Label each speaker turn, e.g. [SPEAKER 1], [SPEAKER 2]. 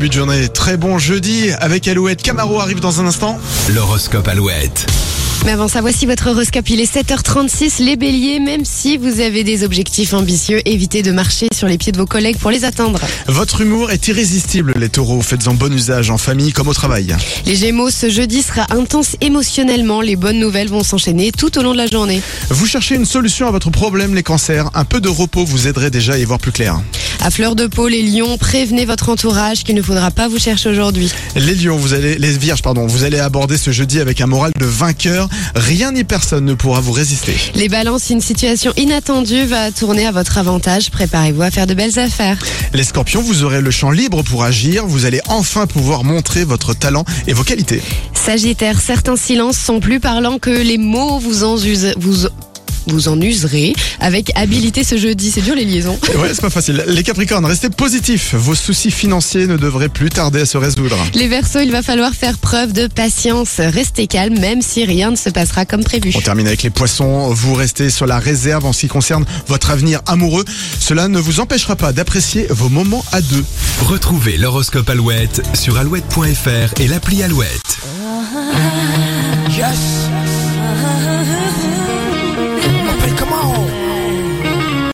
[SPEAKER 1] début de journée. Très bon jeudi avec Alouette. Camaro arrive dans un instant.
[SPEAKER 2] L'horoscope Alouette.
[SPEAKER 3] Mais avant ça, voici votre horoscope. Il est 7h36, les béliers. Même si vous avez des objectifs ambitieux, évitez de marcher sur les pieds de vos collègues pour les atteindre.
[SPEAKER 1] Votre humour est irrésistible, les taureaux. Faites-en bon usage en famille comme au travail.
[SPEAKER 3] Les gémeaux, ce jeudi sera intense émotionnellement. Les bonnes nouvelles vont s'enchaîner tout au long de la journée.
[SPEAKER 1] Vous cherchez une solution à votre problème, les cancers. Un peu de repos vous aiderait déjà à y voir plus clair.
[SPEAKER 3] À fleur de peau, les lions, prévenez votre entourage qu'il ne faudra pas vous chercher aujourd'hui.
[SPEAKER 1] Les lions, vous allez, les vierges, pardon, vous allez aborder ce jeudi avec un moral de vainqueur. Rien ni personne ne pourra vous résister.
[SPEAKER 3] Les balances, une situation inattendue va tourner à votre avantage. Préparez-vous à faire de belles affaires.
[SPEAKER 1] Les scorpions, vous aurez le champ libre pour agir. Vous allez enfin pouvoir montrer votre talent et vos qualités.
[SPEAKER 3] Sagittaire, certains silences sont plus parlants que les mots vous en usent. Vous vous en userez avec habilité ce jeudi. C'est dur les liaisons.
[SPEAKER 1] Et Ouais, c'est pas facile. Les capricornes, restez positifs. Vos soucis financiers ne devraient plus tarder à se résoudre.
[SPEAKER 3] Les Verseaux, il va falloir faire preuve de patience. Restez calme, même si rien ne se passera comme prévu.
[SPEAKER 1] On termine avec les poissons. Vous restez sur la réserve en ce qui concerne votre avenir amoureux. Cela ne vous empêchera pas d'apprécier vos moments à deux.
[SPEAKER 2] Retrouvez l'horoscope Alouette sur alouette.fr et l'appli Alouette.
[SPEAKER 4] Uh-huh.